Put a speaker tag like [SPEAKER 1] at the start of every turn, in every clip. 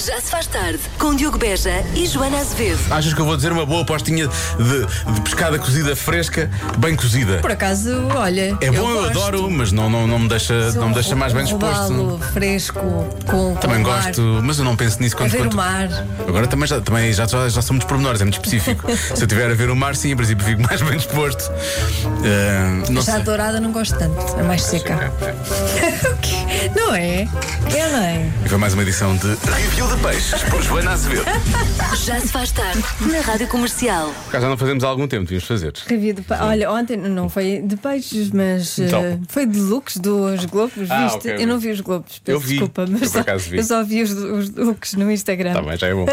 [SPEAKER 1] Já se faz tarde com Diogo Beja e Joana Azevedo.
[SPEAKER 2] Achas que eu vou dizer uma boa apostinha de, de pescada cozida fresca, bem cozida?
[SPEAKER 3] Por acaso, olha.
[SPEAKER 2] É bom, eu,
[SPEAKER 3] gosto.
[SPEAKER 2] adoro, mas não, não, não me deixa, não
[SPEAKER 1] um
[SPEAKER 2] me deixa mais bem disposto.
[SPEAKER 3] Robalo, fresco, com.
[SPEAKER 2] Também
[SPEAKER 3] com ar,
[SPEAKER 2] gosto, mas eu não penso nisso
[SPEAKER 3] A
[SPEAKER 2] quando.
[SPEAKER 3] ver o
[SPEAKER 2] quando-
[SPEAKER 3] mar.
[SPEAKER 2] Agora também já, também já, já, já são muitos pormenores, é muito específico. Se eu tiver a ver o mar, sim, em princípio fico mais bem disposto. Ah, não
[SPEAKER 3] Já
[SPEAKER 2] sei.
[SPEAKER 3] dourada não gosto tanto. É mais seca. O quê? não é? Eu não é.
[SPEAKER 2] E foi mais uma edição de Review de Peixes por Joana Azevedo.
[SPEAKER 1] Já se faz tarde na Rádio Comercial.
[SPEAKER 2] Por acaso já não fazemos há algum tempo, devíamos fazer.
[SPEAKER 3] Review de pe... Olha, ontem não foi de peixes, mas eh,
[SPEAKER 2] Então.
[SPEAKER 3] foi de looks dos Globos,
[SPEAKER 2] Ah,
[SPEAKER 3] viste?
[SPEAKER 2] ok,
[SPEAKER 3] eu não
[SPEAKER 2] vi.
[SPEAKER 3] vi os Globos, peço
[SPEAKER 2] Eu vi.
[SPEAKER 3] desculpa, mas
[SPEAKER 2] Eu por
[SPEAKER 3] só-
[SPEAKER 2] acaso vi.
[SPEAKER 3] eu só vi os, os looks no Instagram.
[SPEAKER 2] Está bem, já é bom.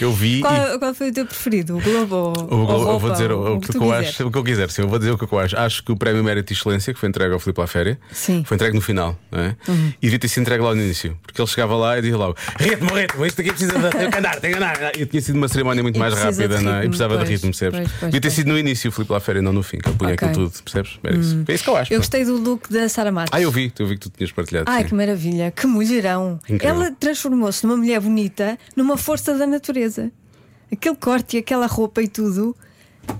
[SPEAKER 2] Eu vi e
[SPEAKER 3] Qual, qual foi o teu preferido? O Globo? ou-
[SPEAKER 2] Eu
[SPEAKER 3] ou
[SPEAKER 2] vou- eu vou
[SPEAKER 3] roupa,
[SPEAKER 2] dizer o,
[SPEAKER 3] ou
[SPEAKER 2] o que,
[SPEAKER 3] tu
[SPEAKER 2] eu
[SPEAKER 3] quiseres?
[SPEAKER 2] acho, o que eu quiser, sim, eu vou dizer o que eu acho. Acho que o Prémio Mérito de Excelência, que foi entregue ao Filipe Laféria,
[SPEAKER 3] Sim. Uhum.
[SPEAKER 2] foi entregue no final, não é? E devia ter sido entregue lá no início, porque ele chegava lá e dizia logo: ritmo, ritmo, isto aqui precisa de. Tem que andar, tem que andar. E tinha sido uma cerimónia muito
[SPEAKER 3] E
[SPEAKER 2] mais
[SPEAKER 3] precisa
[SPEAKER 2] rápida,
[SPEAKER 3] de
[SPEAKER 2] não é? E
[SPEAKER 3] ritmo,
[SPEAKER 2] precisava de
[SPEAKER 3] pois,
[SPEAKER 2] ritmo, percebes?
[SPEAKER 3] pois, pois,
[SPEAKER 2] devia ter
[SPEAKER 3] pois.
[SPEAKER 2] sido no início o Filipe Laféria, não no fim, que eu punha
[SPEAKER 3] Ok. Hum.
[SPEAKER 2] aquilo tudo, percebes? Era isso. É isso que eu acho.
[SPEAKER 3] Eu
[SPEAKER 2] pá.
[SPEAKER 3] gostei do look da Sara Matos.
[SPEAKER 2] Ah, eu vi, eu vi que tu tinhas partilhado.
[SPEAKER 3] Ai,
[SPEAKER 2] sim.
[SPEAKER 3] que maravilha, que mulherão.
[SPEAKER 2] Incrível.
[SPEAKER 3] Ela transformou-se numa mulher bonita, numa força da natureza. Aquele corte e aquela roupa e tudo.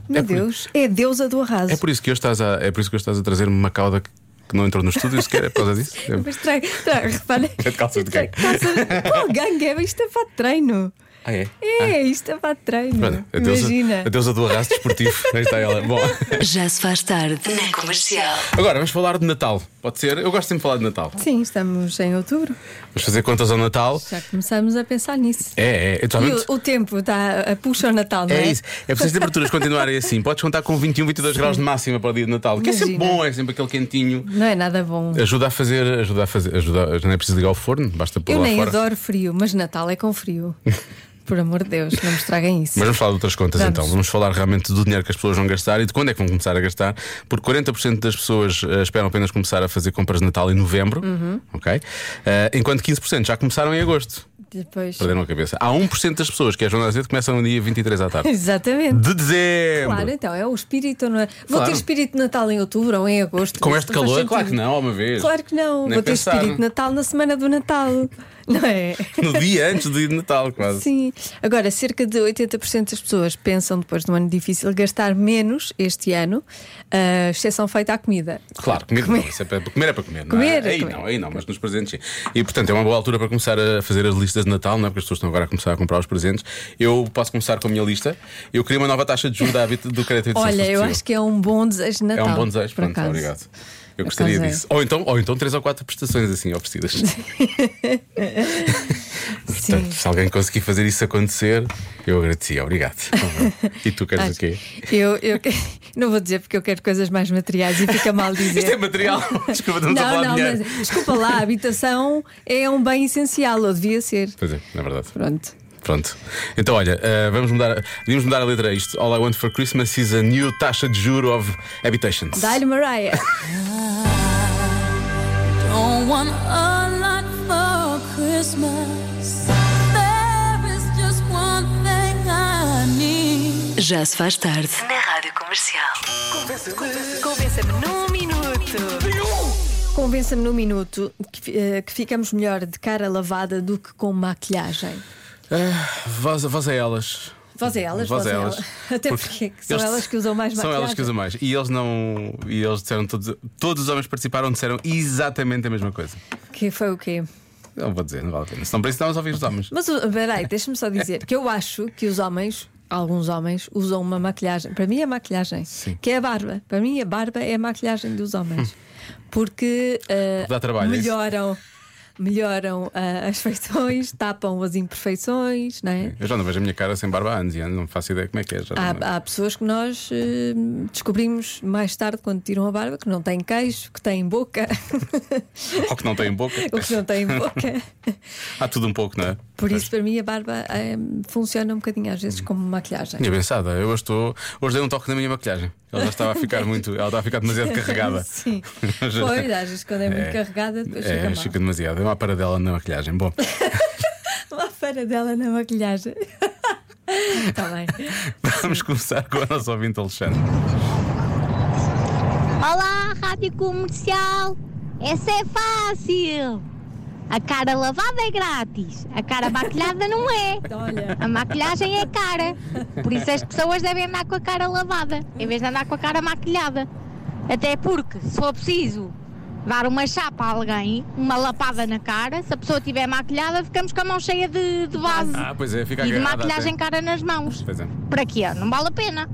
[SPEAKER 3] Meu
[SPEAKER 2] por-
[SPEAKER 3] Deus, é a deusa do arraso.
[SPEAKER 2] É por isso que hoje estás a, é por isso que hoje estás a trazer-me uma cauda que que não entrou no estúdio sequer, é por causa disso? É-
[SPEAKER 3] Mas trai, trai, Então, repara.
[SPEAKER 2] É de calças de gangue.
[SPEAKER 3] Calça- Qual gangue é? Isto é para treino.
[SPEAKER 2] Ah, é?
[SPEAKER 3] É, isto é para treino.
[SPEAKER 2] Pronto, a deusa,
[SPEAKER 3] Imagina.
[SPEAKER 2] a deusa do arrasto desportivo. Aí está ela. Bom,
[SPEAKER 1] Já se faz tarde na Comercial.
[SPEAKER 2] agora vamos falar de Natal. Pode ser? Eu gosto sempre de falar de Natal.
[SPEAKER 3] Sim, estamos em outubro.
[SPEAKER 2] Vamos fazer contas ao Natal.
[SPEAKER 3] Já começamos a pensar nisso.
[SPEAKER 2] É, é, é
[SPEAKER 3] E
[SPEAKER 2] totalmente.
[SPEAKER 3] o, o tempo está a puxa o Natal, não é?
[SPEAKER 2] É isso. É preciso as temperaturas continuarem assim. Podes contar com 21, 22 graus de máxima para o dia de Natal, que é sempre
[SPEAKER 3] Imagina.
[SPEAKER 2] bom, é sempre aquele quentinho.
[SPEAKER 3] Não é nada bom.
[SPEAKER 2] Ajuda a fazer, ajuda a fazer, ajuda, não é preciso ligar o forno, basta pôr
[SPEAKER 3] Eu
[SPEAKER 2] lá
[SPEAKER 3] nem
[SPEAKER 2] fora.
[SPEAKER 3] adoro frio, mas Natal é com frio. Por amor de Deus, não me estraguem isso.
[SPEAKER 2] Mas vamos falar de outras contas
[SPEAKER 3] Vamos.
[SPEAKER 2] então. Vamos falar realmente do dinheiro que as pessoas vão gastar e de quando é que vão começar a gastar. Porque 40% das pessoas eh, esperam apenas começar a fazer compras de Natal em novembro,
[SPEAKER 3] Uhum.
[SPEAKER 2] ok? Eh, enquanto 15% já começaram em agosto.
[SPEAKER 3] Depois.
[SPEAKER 2] Perderam a cabeça. Há 1% das pessoas que é jornal que começam no dia 23 à tarde.
[SPEAKER 3] Exatamente.
[SPEAKER 2] De dezembro!
[SPEAKER 3] Claro, então, é o espírito. Não é? Vou
[SPEAKER 2] Claro.
[SPEAKER 3] ter espírito de Natal em outubro ou em agosto.
[SPEAKER 2] Com
[SPEAKER 3] Isso
[SPEAKER 2] este
[SPEAKER 3] não faz
[SPEAKER 2] calor,
[SPEAKER 3] sentido.
[SPEAKER 2] claro que não, uma vez.
[SPEAKER 3] Claro que não.
[SPEAKER 2] Nem
[SPEAKER 3] Vou ter
[SPEAKER 2] pensar.
[SPEAKER 3] espírito de Natal na semana do Natal. Não é?
[SPEAKER 2] No dia antes do dia de Natal, quase.
[SPEAKER 3] Sim. Agora, cerca de 80% das pessoas pensam, depois de um ano difícil, gastar menos este ano, ah, exceção feita à comida.
[SPEAKER 2] Claro, comer, não, isso é para- comer é para comer. não
[SPEAKER 3] Comer
[SPEAKER 2] é?
[SPEAKER 3] é
[SPEAKER 2] Aí
[SPEAKER 3] comer.
[SPEAKER 2] não, aí não, mas nos presentes sim. E portanto é uma boa altura para começar a fazer as listas de Natal, não é? Porque as pessoas estão agora a começar a comprar os presentes. Eu posso começar com a minha lista. Eu queria uma nova taxa de juros da hábito do crédito de
[SPEAKER 3] Olha, eu acho que é um bom desejo de
[SPEAKER 2] é
[SPEAKER 3] Natal.
[SPEAKER 2] um bom desejo,
[SPEAKER 3] por
[SPEAKER 2] pronto,
[SPEAKER 3] acaso.
[SPEAKER 2] obrigado. Eu gostaria
[SPEAKER 3] acaso é.
[SPEAKER 2] disso. Ou então, ou então três ou quatro prestações assim oferecidas.
[SPEAKER 3] Sim.
[SPEAKER 2] Portanto, se alguém conseguir fazer isso acontecer, eu agradecia, obrigado. e tu queres o quê?
[SPEAKER 3] Eu, eu que- não vou dizer porque eu quero coisas mais materiais e fica mal dizer.
[SPEAKER 2] Isto é material. Desculpa, estamos a falar
[SPEAKER 3] não,
[SPEAKER 2] de
[SPEAKER 3] não,
[SPEAKER 2] dinheiro.
[SPEAKER 3] mas desculpa lá, a habitação é um bem essencial, ou devia ser.
[SPEAKER 2] Pois é, na verdade.
[SPEAKER 3] Pronto.
[SPEAKER 2] Pronto. Então, olha, eh, vamos mudar, devíamos mudar a letra a isto. All I want for Christmas is a new taxa de juro of habitations.
[SPEAKER 3] Dá-lhe Mariah.
[SPEAKER 4] Don't want a lot for Christmas. There is just one thing I need.
[SPEAKER 1] Já se faz tarde na Rádio Comercial. Convença-me num minuto.
[SPEAKER 3] Convença-me num minuto que, eh, que ficamos melhor de cara lavada do que com maquilhagem.
[SPEAKER 2] Ah, Voz, voz a elas.
[SPEAKER 3] Vós é elas,
[SPEAKER 2] Voz
[SPEAKER 3] vós é elas. Até porque são
[SPEAKER 2] eles-
[SPEAKER 3] elas que usam mais
[SPEAKER 2] São
[SPEAKER 3] maquilhagem.
[SPEAKER 2] elas que usam mais. E eles não. E eles disseram todos. Todos os homens que participaram disseram exatamente a mesma coisa.
[SPEAKER 3] Que foi o quê?
[SPEAKER 2] Não vou dizer, não vale a pena. Senão para isso estávamos a ouvir os homens.
[SPEAKER 3] Mas uh, peraí, deixa-me só dizer que eu acho que os homens, alguns homens, usam uma maquilhagem. Para mim é maquilhagem,
[SPEAKER 2] Sim.
[SPEAKER 3] que é a barba. Para mim a barba é a maquilhagem dos homens. Porque uh,
[SPEAKER 2] Dá trabalho, é isso?
[SPEAKER 3] melhoram, melhoram uh, as feições, tapam as imperfeições, não é?
[SPEAKER 2] Eu já não vejo a minha cara sem barba há anos e anos, não faço ideia como é que é. Já não-
[SPEAKER 3] Há, há pessoas que nós eh, descobrimos mais tarde, quando tiram a barba, que não têm queixo, que têm boca,
[SPEAKER 2] Ou que não tem boca.
[SPEAKER 3] ou que É não têm boca.
[SPEAKER 2] Há tudo um pouco, não é?
[SPEAKER 3] Por isso, para mim, a barba eh, funciona um bocadinho às vezes como maquilhagem.
[SPEAKER 2] Minha pensada, eu hoje estou. Hoje dei um toque na minha maquilhagem. Ela já estava a ficar muito. Ela estava a ficar demasiado carregada.
[SPEAKER 3] Sim.
[SPEAKER 2] Hoje-
[SPEAKER 3] Pois, às vezes quando é muito carregada, depois
[SPEAKER 2] é,
[SPEAKER 3] fica mal.
[SPEAKER 2] fica demasiado. É uma paradela na maquilhagem. Bom,
[SPEAKER 3] Lá fora dela na maquilhagem. Está bem.
[SPEAKER 2] vamos começar com o nosso ouvinte Alexandre.
[SPEAKER 5] Olá, Rádio Comercial! Essa é fácil! A cara lavada é grátis, a cara maquilhada não é.
[SPEAKER 3] Então, Olha.
[SPEAKER 5] A maquilhagem é cara. Por isso as pessoas devem andar com a cara lavada, em vez de andar com a cara maquilhada. Até porque, se for preciso dar uma chapa a alguém, uma lapada na cara, se a pessoa estiver maquilhada, ficamos com a mão cheia de, de base
[SPEAKER 2] Ah, pois é, fica
[SPEAKER 5] e de
[SPEAKER 2] agarrada até.
[SPEAKER 5] maquilhagem cara nas mãos.
[SPEAKER 2] Pois é.
[SPEAKER 5] Para quê? Não vale a pena.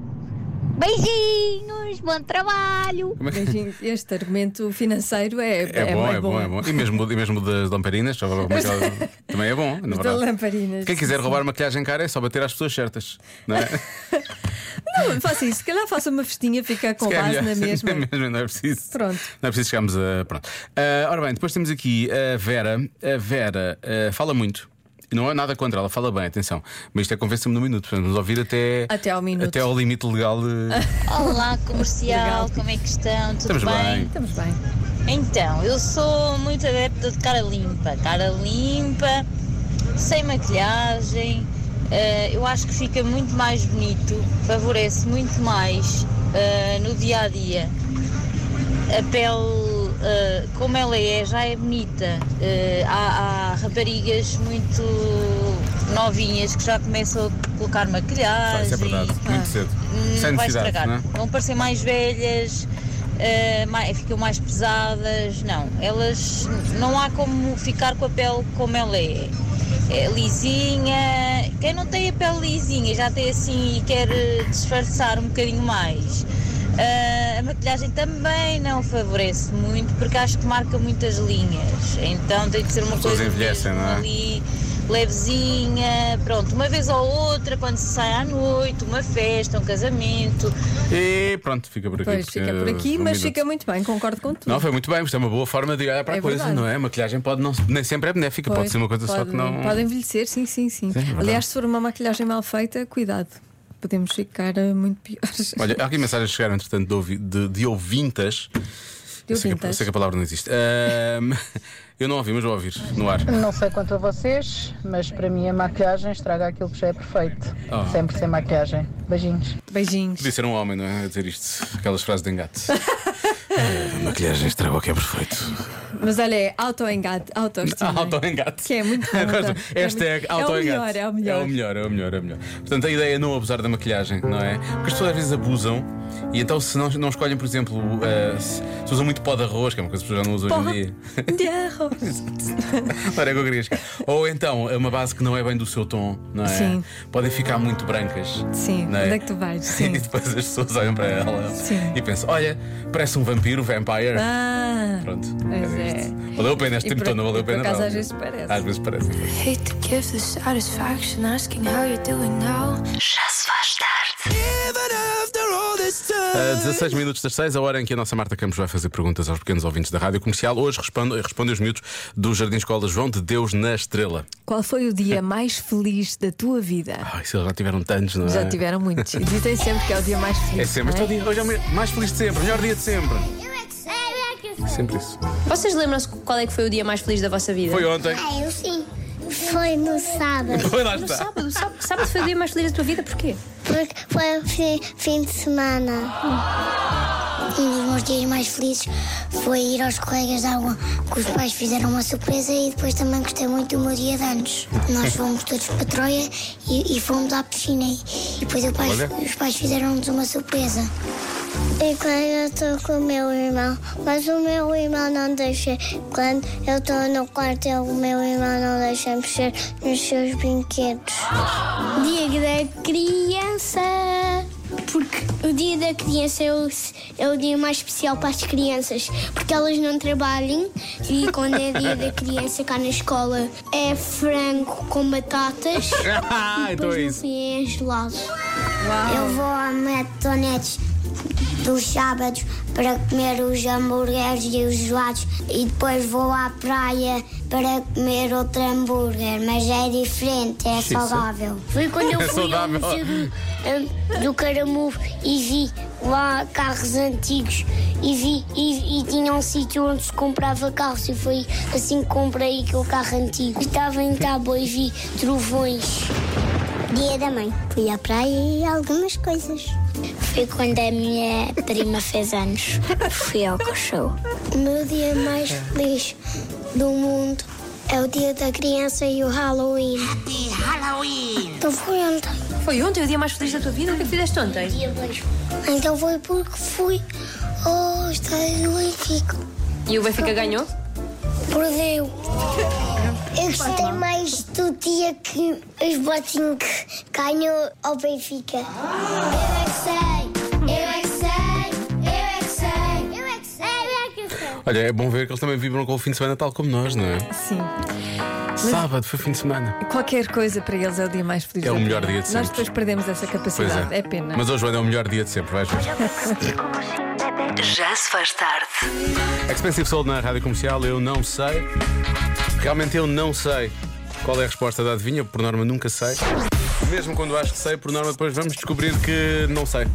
[SPEAKER 5] Beijinhos, bom trabalho.
[SPEAKER 2] Como é que-
[SPEAKER 3] Beijinhos. Este argumento financeiro é,
[SPEAKER 2] É, bom,
[SPEAKER 3] bem
[SPEAKER 2] é bom, é bom. E mesmo, e mesmo das lamparinas, só para- como é que ela- também é bom, na
[SPEAKER 3] Mas
[SPEAKER 2] verdade.
[SPEAKER 3] das lamparinas,
[SPEAKER 2] Quem quiser
[SPEAKER 3] sim.
[SPEAKER 2] roubar maquilhagem cara é só bater às pessoas certas. Não é?
[SPEAKER 3] Não, faça isso. Se calhar faça uma festinha, fica com
[SPEAKER 2] Se calhar é melhor.
[SPEAKER 3] base na mesma.
[SPEAKER 2] mesma, não é preciso.
[SPEAKER 3] Pronto.
[SPEAKER 2] Não é preciso chegarmos a. Pronto. Ah, ora bem, depois temos aqui a Vera. A Vera ah, fala muito. Não é nada contra ela, fala bem, atenção. Mas isto é convença-me no minuto, portanto, vamos ouvir até,
[SPEAKER 3] Até ao minuto.
[SPEAKER 2] até ao limite legal de.
[SPEAKER 6] Olá, comercial,
[SPEAKER 3] Legal.
[SPEAKER 6] como é que estão? Tudo
[SPEAKER 2] Estamos bem.
[SPEAKER 3] Estamos bem.
[SPEAKER 6] Então, eu sou muito adepta de cara limpa. Cara limpa, sem maquilhagem. eh, eu acho que fica muito mais bonito, favorece muito mais eh, no dia a dia. A pele, eh, como ela é, já é bonita. Eh, há, há raparigas muito novinhas que já começam a colocar maquilhagem.
[SPEAKER 2] Isso é verdade, muito cedo.
[SPEAKER 6] Hum,
[SPEAKER 2] Sem
[SPEAKER 6] vai
[SPEAKER 2] necessidade,
[SPEAKER 6] estragar.
[SPEAKER 2] não é?
[SPEAKER 6] Vão parecer mais velhas, eh, mai- ficam mais pesadas. Não, elas não há como ficar com a pele como ela é. É lisinha. Quem não tem a pele lisinha já tem assim e quer eh, disfarçar um bocadinho mais. Eh, a maquilhagem também não favorece muito porque acho que marca muitas linhas. Então tem que ser uma
[SPEAKER 2] As pessoas
[SPEAKER 6] coisa
[SPEAKER 2] envelhecem,
[SPEAKER 6] mesmo
[SPEAKER 2] não é?
[SPEAKER 6] ali levezinha, pronto, uma vez ou outra quando se sai à noite, uma festa, um casamento,
[SPEAKER 2] é? E pronto, fica por aqui.
[SPEAKER 3] Pois
[SPEAKER 2] porque,
[SPEAKER 3] fica por aqui,
[SPEAKER 2] um
[SPEAKER 3] mas
[SPEAKER 2] minuto.
[SPEAKER 3] fica muito bem, concordo com tudo.
[SPEAKER 2] Não, foi muito bem, isto é uma boa forma de olhar para a
[SPEAKER 3] É
[SPEAKER 2] coisa,
[SPEAKER 3] verdade.
[SPEAKER 2] não é? A maquilhagem pode não, nem sempre é benéfica, pode
[SPEAKER 3] Pois,
[SPEAKER 2] ser uma coisa só
[SPEAKER 3] pode-
[SPEAKER 2] que não. é
[SPEAKER 3] Pode envelhecer, sim, sim, sim. Aliás, se for uma maquilhagem mal feita, cuidado. Podemos ficar eh, muito piores.
[SPEAKER 2] Olha, há aqui mensagens que chegaram, entretanto, de, ouvi- de, de ouvintas.
[SPEAKER 3] De
[SPEAKER 2] Eu sei, que,
[SPEAKER 3] ouvintas.
[SPEAKER 2] eu sei que a palavra não existe. Ahm, eu não ouvi, mas vou ouvir no ar.
[SPEAKER 7] Não sei quanto a vocês, mas para mim a maquiagem estraga aquilo que já é perfeito.
[SPEAKER 2] Ah.
[SPEAKER 7] Sempre sem maquiagem. Beijinhos.
[SPEAKER 3] Beijinhos.
[SPEAKER 2] Podia ser um homem, não é? A dizer isto, aquelas frases de engate. Eh, a maquilhagem estraga o que é perfeito.
[SPEAKER 3] Mas olha, é auto-engate, autoestima.
[SPEAKER 2] Ah, Auto-engate.
[SPEAKER 3] Que é muito bom, tá? É
[SPEAKER 2] Hashtag
[SPEAKER 3] muito-
[SPEAKER 2] auto-engate.
[SPEAKER 3] é o melhor, é o melhor.
[SPEAKER 2] É o melhor, é o melhor, é o melhor. Portanto, a ideia é não abusar da maquilhagem, não é? Porque as pessoas às vezes abusam e então se não, não escolhem, por exemplo, eh, se, se usam muito pó de arroz, que é uma coisa que as pessoas já não usam
[SPEAKER 3] Pó
[SPEAKER 2] hoje em dia.
[SPEAKER 3] de arroz.
[SPEAKER 2] Era é que eu queria chegar. Ou então é uma base que não é bem do seu tom, não é?
[SPEAKER 3] Sim.
[SPEAKER 2] Podem ficar muito brancas.
[SPEAKER 3] Sim,
[SPEAKER 2] não é?
[SPEAKER 3] onde é que tu vais? Sim.
[SPEAKER 2] E depois as pessoas olham para ela
[SPEAKER 3] Sim.
[SPEAKER 2] e pensam: olha, parece um vampiro, vampire.
[SPEAKER 3] Ah,
[SPEAKER 2] Pronto.
[SPEAKER 3] Pois
[SPEAKER 2] era
[SPEAKER 3] é.
[SPEAKER 2] isto. Valeu a pena este
[SPEAKER 3] E
[SPEAKER 2] tempo
[SPEAKER 3] por-
[SPEAKER 2] todo, não valeu
[SPEAKER 3] e
[SPEAKER 2] a
[SPEAKER 3] por
[SPEAKER 2] pena.
[SPEAKER 3] acaso
[SPEAKER 2] não.
[SPEAKER 3] às vezes parece. Ah.
[SPEAKER 2] Às vezes parece.
[SPEAKER 8] Hate to give the satisfaction asking how you're doing now.
[SPEAKER 1] Já se faz tarde.
[SPEAKER 2] A 16 Ah, minutos das 6, a hora em que a nossa Marta Campos vai fazer perguntas aos pequenos ouvintes da rádio comercial. Hoje responde, responde os miúdos do Jardim Escola João de Deus na Estrela.
[SPEAKER 3] qual foi o dia mais feliz da tua vida?
[SPEAKER 2] Ai, se eles já tiveram tantos, não é?
[SPEAKER 3] Já tiveram muitos. E dizem sempre que é o dia mais feliz.
[SPEAKER 2] É sempre,
[SPEAKER 3] não
[SPEAKER 2] este é o dia, hoje é o me- mais feliz de sempre, melhor dia de sempre.
[SPEAKER 9] Eu é que sei, eu é que sei.
[SPEAKER 2] Sempre isso.
[SPEAKER 10] Vocês lembram-se qual é que foi o dia mais feliz da vossa vida?
[SPEAKER 2] Foi ontem.
[SPEAKER 9] Ah, eu sim. Foi no sábado.
[SPEAKER 2] Foi lá está.
[SPEAKER 10] Sábado, sábado, sábado foi o dia mais feliz da tua vida, porquê?
[SPEAKER 9] Porque foi o fim, fim de semana. Um dos meus dias mais felizes foi ir aos colegas de água que os pais fizeram uma surpresa e depois também gostei muito do meu dia de anos. Nós fomos todos para Troia e, e fomos à piscina e, e depois o pai-
[SPEAKER 2] Olha.
[SPEAKER 9] os pais fizeram-nos uma surpresa. E quando eu estou com o meu irmão, mas o meu irmão não deixa. Quando eu estou no quarto, eu- o meu irmão não deixa mexer nos seus brinquedos. Dia da criança. Porque o dia da criança é o, é o dia mais especial para as crianças, porque elas não trabalham e quando é dia da criança cá na escola é frango com batatas
[SPEAKER 2] Ah,
[SPEAKER 9] e
[SPEAKER 2] então
[SPEAKER 9] depois
[SPEAKER 2] é
[SPEAKER 9] no
[SPEAKER 2] isso.
[SPEAKER 9] fim é gelado. Eu vou a McDonald's dos sábados para comer os hambúrgueres e os gelados e depois vou à praia para comer outro hambúrguer, mas é diferente, é saudável. Foi quando eu
[SPEAKER 2] É
[SPEAKER 9] fui ao
[SPEAKER 2] saudável.
[SPEAKER 9] Museu do, do Caramuvo e vi lá carros antigos e vi e, e tinha um sítio onde se comprava carros e foi assim que comprei aquele carro antigo. Estava em Tábua e vi trovões. Dia da mãe. Fui à praia e algumas coisas. Foi quando a minha prima fez anos. Fui ao cachorro. O meu dia mais feliz do mundo É o dia da criança e o Halloween.
[SPEAKER 11] Happy Halloween!
[SPEAKER 9] Então foi ontem.
[SPEAKER 10] Foi ontem o dia mais feliz da tua vida? O que é que fizeste ontem?
[SPEAKER 9] Então foi porque fui ao estádio do Benfica.
[SPEAKER 10] E o Benfica ganhou?
[SPEAKER 9] Perdeu. Eu gostei mais do dia que os botinhos que ganhou ao Benfica. Eu é que sei, eu é que sei, eu é que sei, eu é que sei, eu é que sei.
[SPEAKER 2] Olha, é bom ver que eles também vibram com o fim de semana tal como nós, não é?
[SPEAKER 3] Sim.
[SPEAKER 2] Sábado foi fim de semana.
[SPEAKER 10] É
[SPEAKER 3] Qualquer coisa para eles é o dia mais feliz.
[SPEAKER 2] É o
[SPEAKER 3] da
[SPEAKER 2] melhor
[SPEAKER 3] vida.
[SPEAKER 2] dia de
[SPEAKER 3] Nós
[SPEAKER 2] sempre.
[SPEAKER 3] depois perdemos essa capacidade. É. pena.
[SPEAKER 2] Mas hoje, Joana, é o melhor dia de sempre, vais ver.
[SPEAKER 1] Já se faz tarde.
[SPEAKER 2] Expensive Soul na rádio comercial, eu não sei. Realmente eu não sei qual é a resposta da adivinha, por norma nunca sei. Mesmo quando acho que sei, por norma depois vamos descobrir que não sei.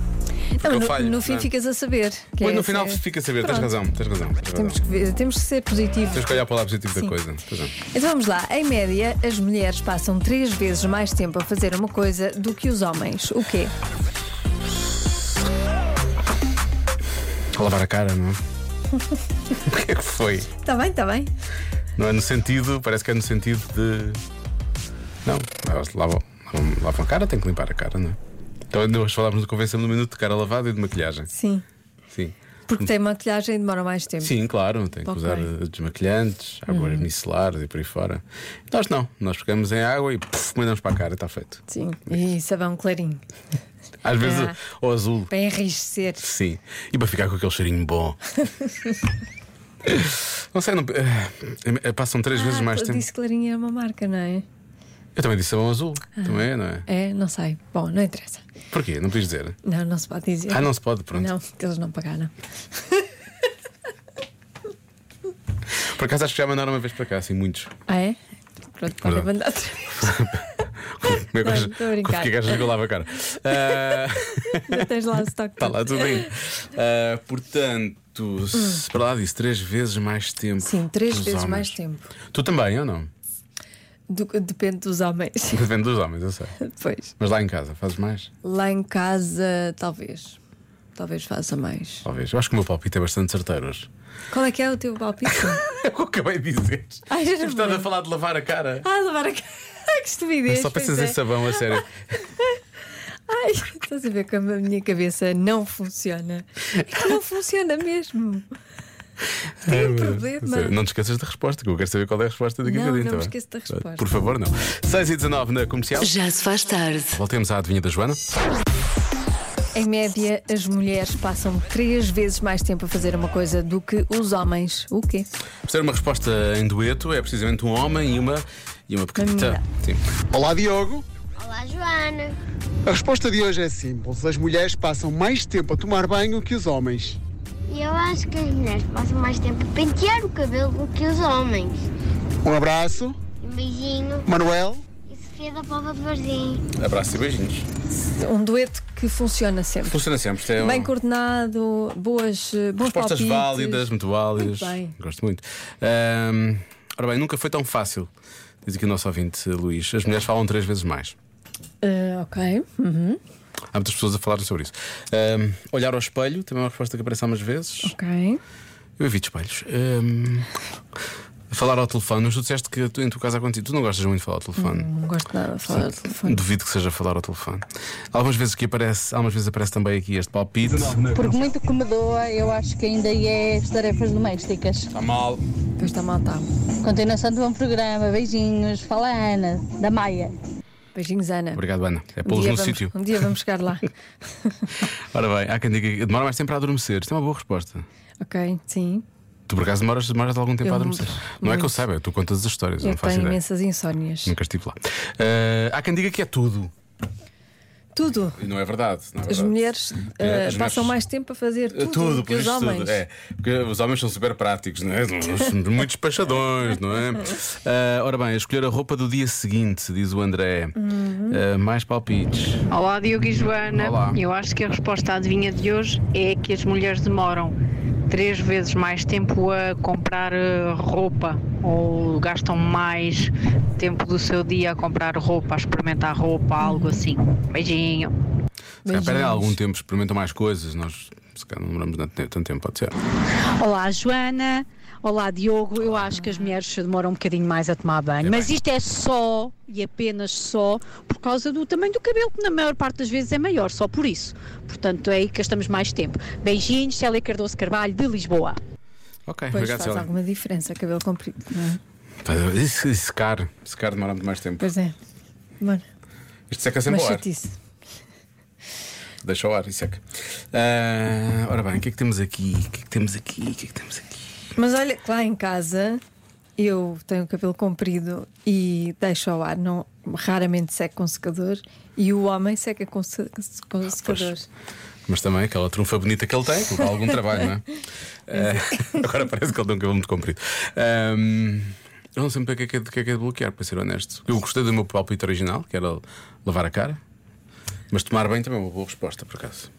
[SPEAKER 2] Porque
[SPEAKER 3] Não,
[SPEAKER 2] eu
[SPEAKER 3] no,
[SPEAKER 2] falho.
[SPEAKER 3] no fim
[SPEAKER 2] não é?
[SPEAKER 3] ficas a saber. que
[SPEAKER 2] Pois
[SPEAKER 3] é
[SPEAKER 2] no
[SPEAKER 3] essa-
[SPEAKER 2] final fica é? a saber, tens
[SPEAKER 3] Pronto.
[SPEAKER 2] razão, tens razão. Tens, razão.
[SPEAKER 3] Temos que, ver- temos que ser positivos.
[SPEAKER 2] Tens que olhar para o lado positivo
[SPEAKER 3] Sim.
[SPEAKER 2] da coisa. tens razão.
[SPEAKER 3] Então vamos lá. Em média, as mulheres passam três vezes mais tempo a fazer uma coisa do que os homens. O quê?
[SPEAKER 2] A lavar a cara, não é? o que é que foi?
[SPEAKER 3] Está Tá bem, está bem.
[SPEAKER 2] Não é no sentido, parece que é no sentido de. Não, elas lavam, lavam, lavam a cara, tem que limpar a cara, não é? Então nós falámos do convenção do minuto de cara lavada e de maquilhagem.
[SPEAKER 3] Sim.
[SPEAKER 2] Sim.
[SPEAKER 3] Porque tem maquilhagem e demora mais tempo.
[SPEAKER 2] Sim, claro, tem que
[SPEAKER 3] Ok. Uhum.
[SPEAKER 2] usar eh, desmaquilhantes, águas micelares e por aí fora. Nós não, nós pegamos em água e puf, mandamos para a cara, está feito.
[SPEAKER 3] Sim. E sabão clarinho.
[SPEAKER 2] Às vezes
[SPEAKER 3] Ah.
[SPEAKER 2] o, o azul,
[SPEAKER 3] Para enriquecer.
[SPEAKER 2] sim. E para ficar com aquele cheirinho bom. não sei, não, eh, eh, passam três vezes
[SPEAKER 3] Ah,
[SPEAKER 2] mais
[SPEAKER 3] eu
[SPEAKER 2] tempo.
[SPEAKER 3] disse clarinho é uma marca, não é?
[SPEAKER 2] Eu também disse sabão azul, também é, não é?
[SPEAKER 3] É, não sei. Bom, não interessa.
[SPEAKER 2] Porquê? Não podes dizer?
[SPEAKER 3] Não, não se pode dizer.
[SPEAKER 2] Ah, não se pode, pronto.
[SPEAKER 3] Não, que eles não pagaram.
[SPEAKER 2] Por acaso acho que já mandaram uma vez para cá, assim, muitos.
[SPEAKER 3] Ah, é? Pronto, pode
[SPEAKER 2] Verdade.
[SPEAKER 3] mandar outra vez.
[SPEAKER 2] Como é que
[SPEAKER 3] Não,
[SPEAKER 2] gajas-
[SPEAKER 3] estou a brincar.
[SPEAKER 2] como é que gajas regalam a cara? Ah,
[SPEAKER 3] Ainda tens lá o stock.
[SPEAKER 2] Está Tá lá tudo bem. Ah, portanto, se para lá disse três vezes mais tempo.
[SPEAKER 3] Sim, três
[SPEAKER 2] que os
[SPEAKER 3] vezes
[SPEAKER 2] homens.
[SPEAKER 3] mais tempo.
[SPEAKER 2] Tu também, ou não?
[SPEAKER 3] Do que- depende dos homens.
[SPEAKER 2] Depende dos homens, eu sei.
[SPEAKER 3] Pois.
[SPEAKER 2] Mas lá em casa fazes mais?
[SPEAKER 3] Lá em casa, talvez. Talvez faça mais.
[SPEAKER 2] Talvez. Eu acho que o meu palpite é bastante certeiro hoje.
[SPEAKER 3] Qual é que é o teu palpite?
[SPEAKER 2] É o que eu acabei de dizer.
[SPEAKER 3] Ai, já não
[SPEAKER 2] Temos
[SPEAKER 3] me
[SPEAKER 2] estado a falar de lavar a cara.
[SPEAKER 3] Ah, lavar a cara. Ai, que estupidez.
[SPEAKER 2] Só
[SPEAKER 3] pois
[SPEAKER 2] pensas
[SPEAKER 3] é.
[SPEAKER 2] em sabão, a sério.
[SPEAKER 3] Ai, estás a ver como a minha cabeça não funciona. É que não funciona mesmo.
[SPEAKER 2] É
[SPEAKER 3] Tem um problema.
[SPEAKER 2] Não te esqueças da resposta, que eu quero saber qual é a resposta daqui a
[SPEAKER 3] Não,
[SPEAKER 2] bocadinho.
[SPEAKER 3] não
[SPEAKER 2] tá
[SPEAKER 3] me
[SPEAKER 2] bem?
[SPEAKER 3] esqueço da resposta.
[SPEAKER 2] Por favor, não. 6 e 19 na comercial.
[SPEAKER 1] Já se faz tarde.
[SPEAKER 2] Voltemos à adivinha da Joana.
[SPEAKER 3] Em média, as mulheres passam três vezes mais tempo a fazer uma coisa do que os homens. O quê?
[SPEAKER 2] Para ser uma resposta em dueto, é precisamente um homem e uma, e uma pequenita. Sim.
[SPEAKER 12] Olá, Diogo.
[SPEAKER 9] Olá, Joana.
[SPEAKER 12] A resposta de hoje é simples. As mulheres passam mais tempo a tomar banho que os homens.
[SPEAKER 9] Eu acho que as mulheres passam mais tempo a pentear o cabelo do que os homens.
[SPEAKER 12] Um abraço.
[SPEAKER 9] Um beijinho.
[SPEAKER 12] Manuel.
[SPEAKER 9] E Sofia da Pova de Varzim.
[SPEAKER 2] Abraço e beijinhos.
[SPEAKER 3] Um dueto que funciona sempre.
[SPEAKER 2] Funciona sempre. Isto é um-
[SPEAKER 3] Bem coordenado, boas, eh, bons
[SPEAKER 2] Respostas
[SPEAKER 3] palpites.
[SPEAKER 2] válidas, muito válidas.
[SPEAKER 3] Muito bem.
[SPEAKER 2] Gosto muito. Ahm, ora bem, nunca foi tão fácil, diz aqui o nosso ouvinte Luís. As mulheres falam três vezes mais.
[SPEAKER 3] Eh, ok. Uhum.
[SPEAKER 2] Há muitas pessoas a falar sobre isso. Ahm, olhar ao espelho, também é uma resposta que aparece algumas vezes.
[SPEAKER 3] Ok.
[SPEAKER 2] Eu evito espelhos. Ahm, falar ao telefone, mas tu disseste que tu- em tua casa acontece. Tu não gostas muito de falar ao telefone.
[SPEAKER 3] Não gosto nada de falar de telefone.
[SPEAKER 2] Duvido que seja falar ao telefone. Algumas vezes que aparece, algumas vezes aparece também aqui este palpite.
[SPEAKER 13] Porque muito que me doa, eu acho que ainda é as tarefas domésticas. Está
[SPEAKER 2] mal.
[SPEAKER 3] Pois está mal, está.
[SPEAKER 13] Continuação de um bom programa, beijinhos. Fala a Ana, da Maia.
[SPEAKER 3] Beijinhos, Ana.
[SPEAKER 2] Obrigado, Ana. É
[SPEAKER 3] Um
[SPEAKER 2] pô-los
[SPEAKER 3] dia
[SPEAKER 2] no
[SPEAKER 3] vamos-
[SPEAKER 2] sítio.
[SPEAKER 3] Um dia vamos chegar lá.
[SPEAKER 2] Ora bem, há quem diga que demora mais tempo para adormecer. Isto é uma boa resposta.
[SPEAKER 3] ok, sim.
[SPEAKER 2] Tu por acaso demoras, demoras algum tempo
[SPEAKER 3] Eu
[SPEAKER 2] a adormecer. Não é que eu saiba, tu contas as histórias, eu
[SPEAKER 3] Eu
[SPEAKER 2] não faço
[SPEAKER 3] tenho
[SPEAKER 2] ideia.
[SPEAKER 3] É
[SPEAKER 2] Hum.
[SPEAKER 3] imensas insónias.
[SPEAKER 2] Nunca estive lá. Eh, há quem diga que é tudo.
[SPEAKER 3] Tudo.
[SPEAKER 2] E não é verdade. Não é
[SPEAKER 3] As
[SPEAKER 2] verdade.
[SPEAKER 3] mulheres eh,
[SPEAKER 2] as
[SPEAKER 3] passam
[SPEAKER 2] mulheres-
[SPEAKER 3] mais tempo a fazer
[SPEAKER 2] Eh,
[SPEAKER 3] tudo,
[SPEAKER 2] tudo,
[SPEAKER 3] que
[SPEAKER 2] por
[SPEAKER 3] os
[SPEAKER 2] isso
[SPEAKER 3] homens.
[SPEAKER 2] tudo. É, porque os homens são super práticos, não é? Somos muito despachadões, não é? Eh, ora bem, escolher a roupa do dia seguinte, diz o André.
[SPEAKER 3] Uhum.
[SPEAKER 2] Eh, mais palpites.
[SPEAKER 14] Olá, Diogo e Joana.
[SPEAKER 2] Olá.
[SPEAKER 14] Eu acho que a resposta à adivinha de hoje é que as mulheres demoram três vezes mais tempo a comprar eh, roupa ou gastam mais tempo do seu dia a comprar roupa, a experimentar roupa, algo assim. Beijinho.
[SPEAKER 2] Se calhar perdem algum tempo, experimentam mais coisas. Nós, se calhar, não demoramos tanto tanto tempo, pode ser.
[SPEAKER 15] Olá, Joana. Olá, Diogo. Eu acho que as mulheres demoram um bocadinho mais a tomar banho, mas isto é só e apenas só por causa do tamanho do cabelo, que na maior parte das vezes é maior, só por isso. Portanto, é aí que gastamos mais tempo. Beijinhos, Célia Cardoso Carvalho, de Lisboa.
[SPEAKER 2] Ok,
[SPEAKER 3] Pois
[SPEAKER 2] obrigado,
[SPEAKER 3] faz
[SPEAKER 2] Célia.
[SPEAKER 3] alguma diferença, cabelo comprido. não é?
[SPEAKER 2] Pá, E se- e secar? Secar demora muito mais tempo.
[SPEAKER 3] Pois é. Mano,
[SPEAKER 2] Isto seca sempre
[SPEAKER 3] mas
[SPEAKER 2] ao ar.
[SPEAKER 3] chatice.
[SPEAKER 2] Deixa ao ar e seca. Ah, ora bem, o que é que temos aqui? O que é que temos aqui? O que é que temos aqui?
[SPEAKER 3] Mas olha, que lá em casa eu tenho o cabelo comprido e deixo ao ar, não, raramente seco com secador e o homem seca com, se-
[SPEAKER 2] Ah,
[SPEAKER 3] com secador.
[SPEAKER 2] Mas também aquela trunfa bonita que ele tem, com algum trabalho, não é? Ah, agora parece que ele tem um cabelo muito comprido. Ahm, eu não sei muito bem o que é que é, de- o que é que é de bloquear, para ser honesto. Eu gostei do meu palpite original, que era lavar a cara, mas tomar bem também é uma boa resposta, por acaso.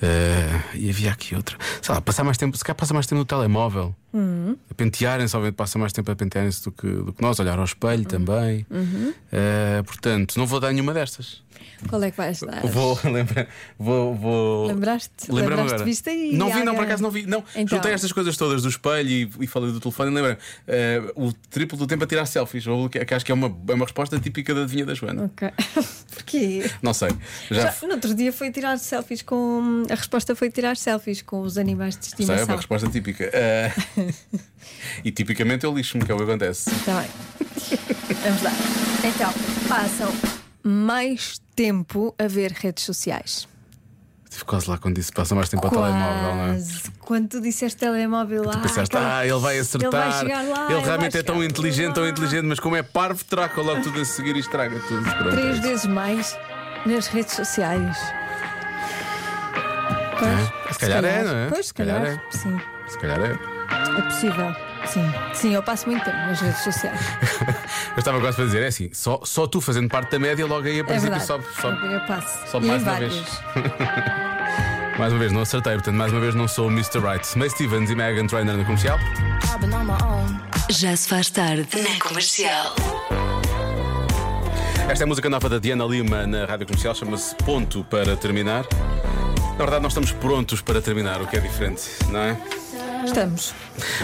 [SPEAKER 2] Ah, e havia aqui outra. Sei lá, passar mais tempo, se calhar passa mais tempo no telemóvel.
[SPEAKER 4] Uhum.
[SPEAKER 2] A pentearem-se, obviamente, passa mais tempo a pentearem-se do que, do que nós, olhar ao espelho também.
[SPEAKER 3] Uhum.
[SPEAKER 2] Ah, portanto, não vou dar nenhuma destas.
[SPEAKER 3] Qual é que vais dar?
[SPEAKER 2] Vou, lembra, vou, vou.
[SPEAKER 3] Lembraste?
[SPEAKER 2] Lembra-me
[SPEAKER 3] Lembraste,
[SPEAKER 2] agora.
[SPEAKER 3] viste aí
[SPEAKER 2] Não vi, não,
[SPEAKER 3] alguém?
[SPEAKER 2] por acaso não vi. Não,
[SPEAKER 3] Então.
[SPEAKER 2] juntei estas coisas todas do espelho e, e falei do telefone. e Lembra? eh, o triplo do tempo a tirar selfies. Ou, que, que acho que é uma, é uma resposta típica da adivinha da Joana.
[SPEAKER 3] Ok. Porquê?
[SPEAKER 2] Não sei. Já,
[SPEAKER 3] Já, no outro dia foi tirar selfies com. A resposta foi tirar selfies com os animais de
[SPEAKER 2] sei, é
[SPEAKER 3] estimação.
[SPEAKER 2] uma resposta típica. Eh, e tipicamente eu lixo-me, que é o que acontece.
[SPEAKER 3] Está Tá bem. Vamos lá. Então, passam mais tempo a ver redes sociais.
[SPEAKER 2] Estive quase lá quando disse passa mais tempo ao telemóvel, não é?
[SPEAKER 3] Quase. Quando tu disseste telemóvel lá.
[SPEAKER 2] Pensaste,
[SPEAKER 3] aquela-
[SPEAKER 2] ah, ele vai acertar.
[SPEAKER 3] Ele vai chegar lá.
[SPEAKER 2] Ele realmente
[SPEAKER 3] vai
[SPEAKER 2] é tão inteligente, tão inteligente, mas como é parvo, traca logo tudo a seguir e estraga tudo. Pronto, é
[SPEAKER 3] Três
[SPEAKER 2] isso.
[SPEAKER 3] vezes mais nas redes sociais.
[SPEAKER 2] É. Se calhar é, não é?
[SPEAKER 3] Pois, se calhar, sim.
[SPEAKER 2] Se calhar é.
[SPEAKER 3] É possível. Sim. Sim, eu passo muito tempo nas redes sociais.
[SPEAKER 2] Eu estava quase para dizer, é assim, só, só tu fazendo parte da média, logo aí a
[SPEAKER 3] é
[SPEAKER 2] princípio
[SPEAKER 3] verdade.
[SPEAKER 2] sobe. sobe.
[SPEAKER 3] Eu passo.
[SPEAKER 2] Só
[SPEAKER 3] E em
[SPEAKER 2] mais uma
[SPEAKER 3] várias.
[SPEAKER 2] vez. mais uma vez, não acertei, portanto, mais uma vez não sou o Mr. Right. Mas Stevens e Megan Trainer no comercial.
[SPEAKER 1] Já se faz tarde na comercial.
[SPEAKER 2] Esta é a música nova da Diana Lima na rádio comercial, chama-se Ponto para Terminar. Na verdade, nós estamos prontos para terminar, o que é diferente, não é?
[SPEAKER 3] Estamos.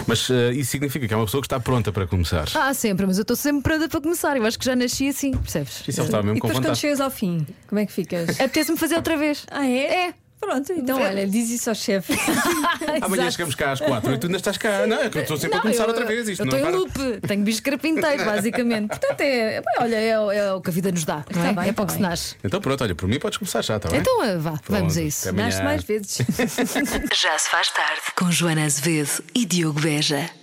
[SPEAKER 2] Mas eh, isso significa que é uma pessoa que está pronta para começar.
[SPEAKER 16] Ah, sempre, mas eu estou sempre pronta para começar. Eu acho que já nasci assim, percebes?
[SPEAKER 2] Isso, ele está mesmo
[SPEAKER 3] e
[SPEAKER 2] com
[SPEAKER 3] depois quando
[SPEAKER 2] vontade.
[SPEAKER 3] chegas ao fim, como é que ficas?
[SPEAKER 16] Apetece-me fazer outra vez.
[SPEAKER 3] Ah, é? É. Pronto, então olha, diz isso ao chefe.
[SPEAKER 2] Amanhã chegamos cá às quatro e tu ainda estás cá. Não, é que eu estou sempre a começar outra vez. Isto
[SPEAKER 16] eu
[SPEAKER 2] não é
[SPEAKER 16] estou em
[SPEAKER 2] para-
[SPEAKER 16] loop, tenho bicho carpinteiro, basicamente. Portanto, é, bem, olha, é, o- é o que a vida nos dá, não é?
[SPEAKER 3] Tá bem,
[SPEAKER 16] é para o que
[SPEAKER 3] tá
[SPEAKER 16] se nasce.
[SPEAKER 2] Então pronto, olha, por mim podes começar já, está bem?
[SPEAKER 16] Então, ah, vá, vamos a isso.
[SPEAKER 2] até amanhã. Nasce mais
[SPEAKER 3] vezes.
[SPEAKER 1] Já se faz tarde com Joana Azevedo e Diogo Beja.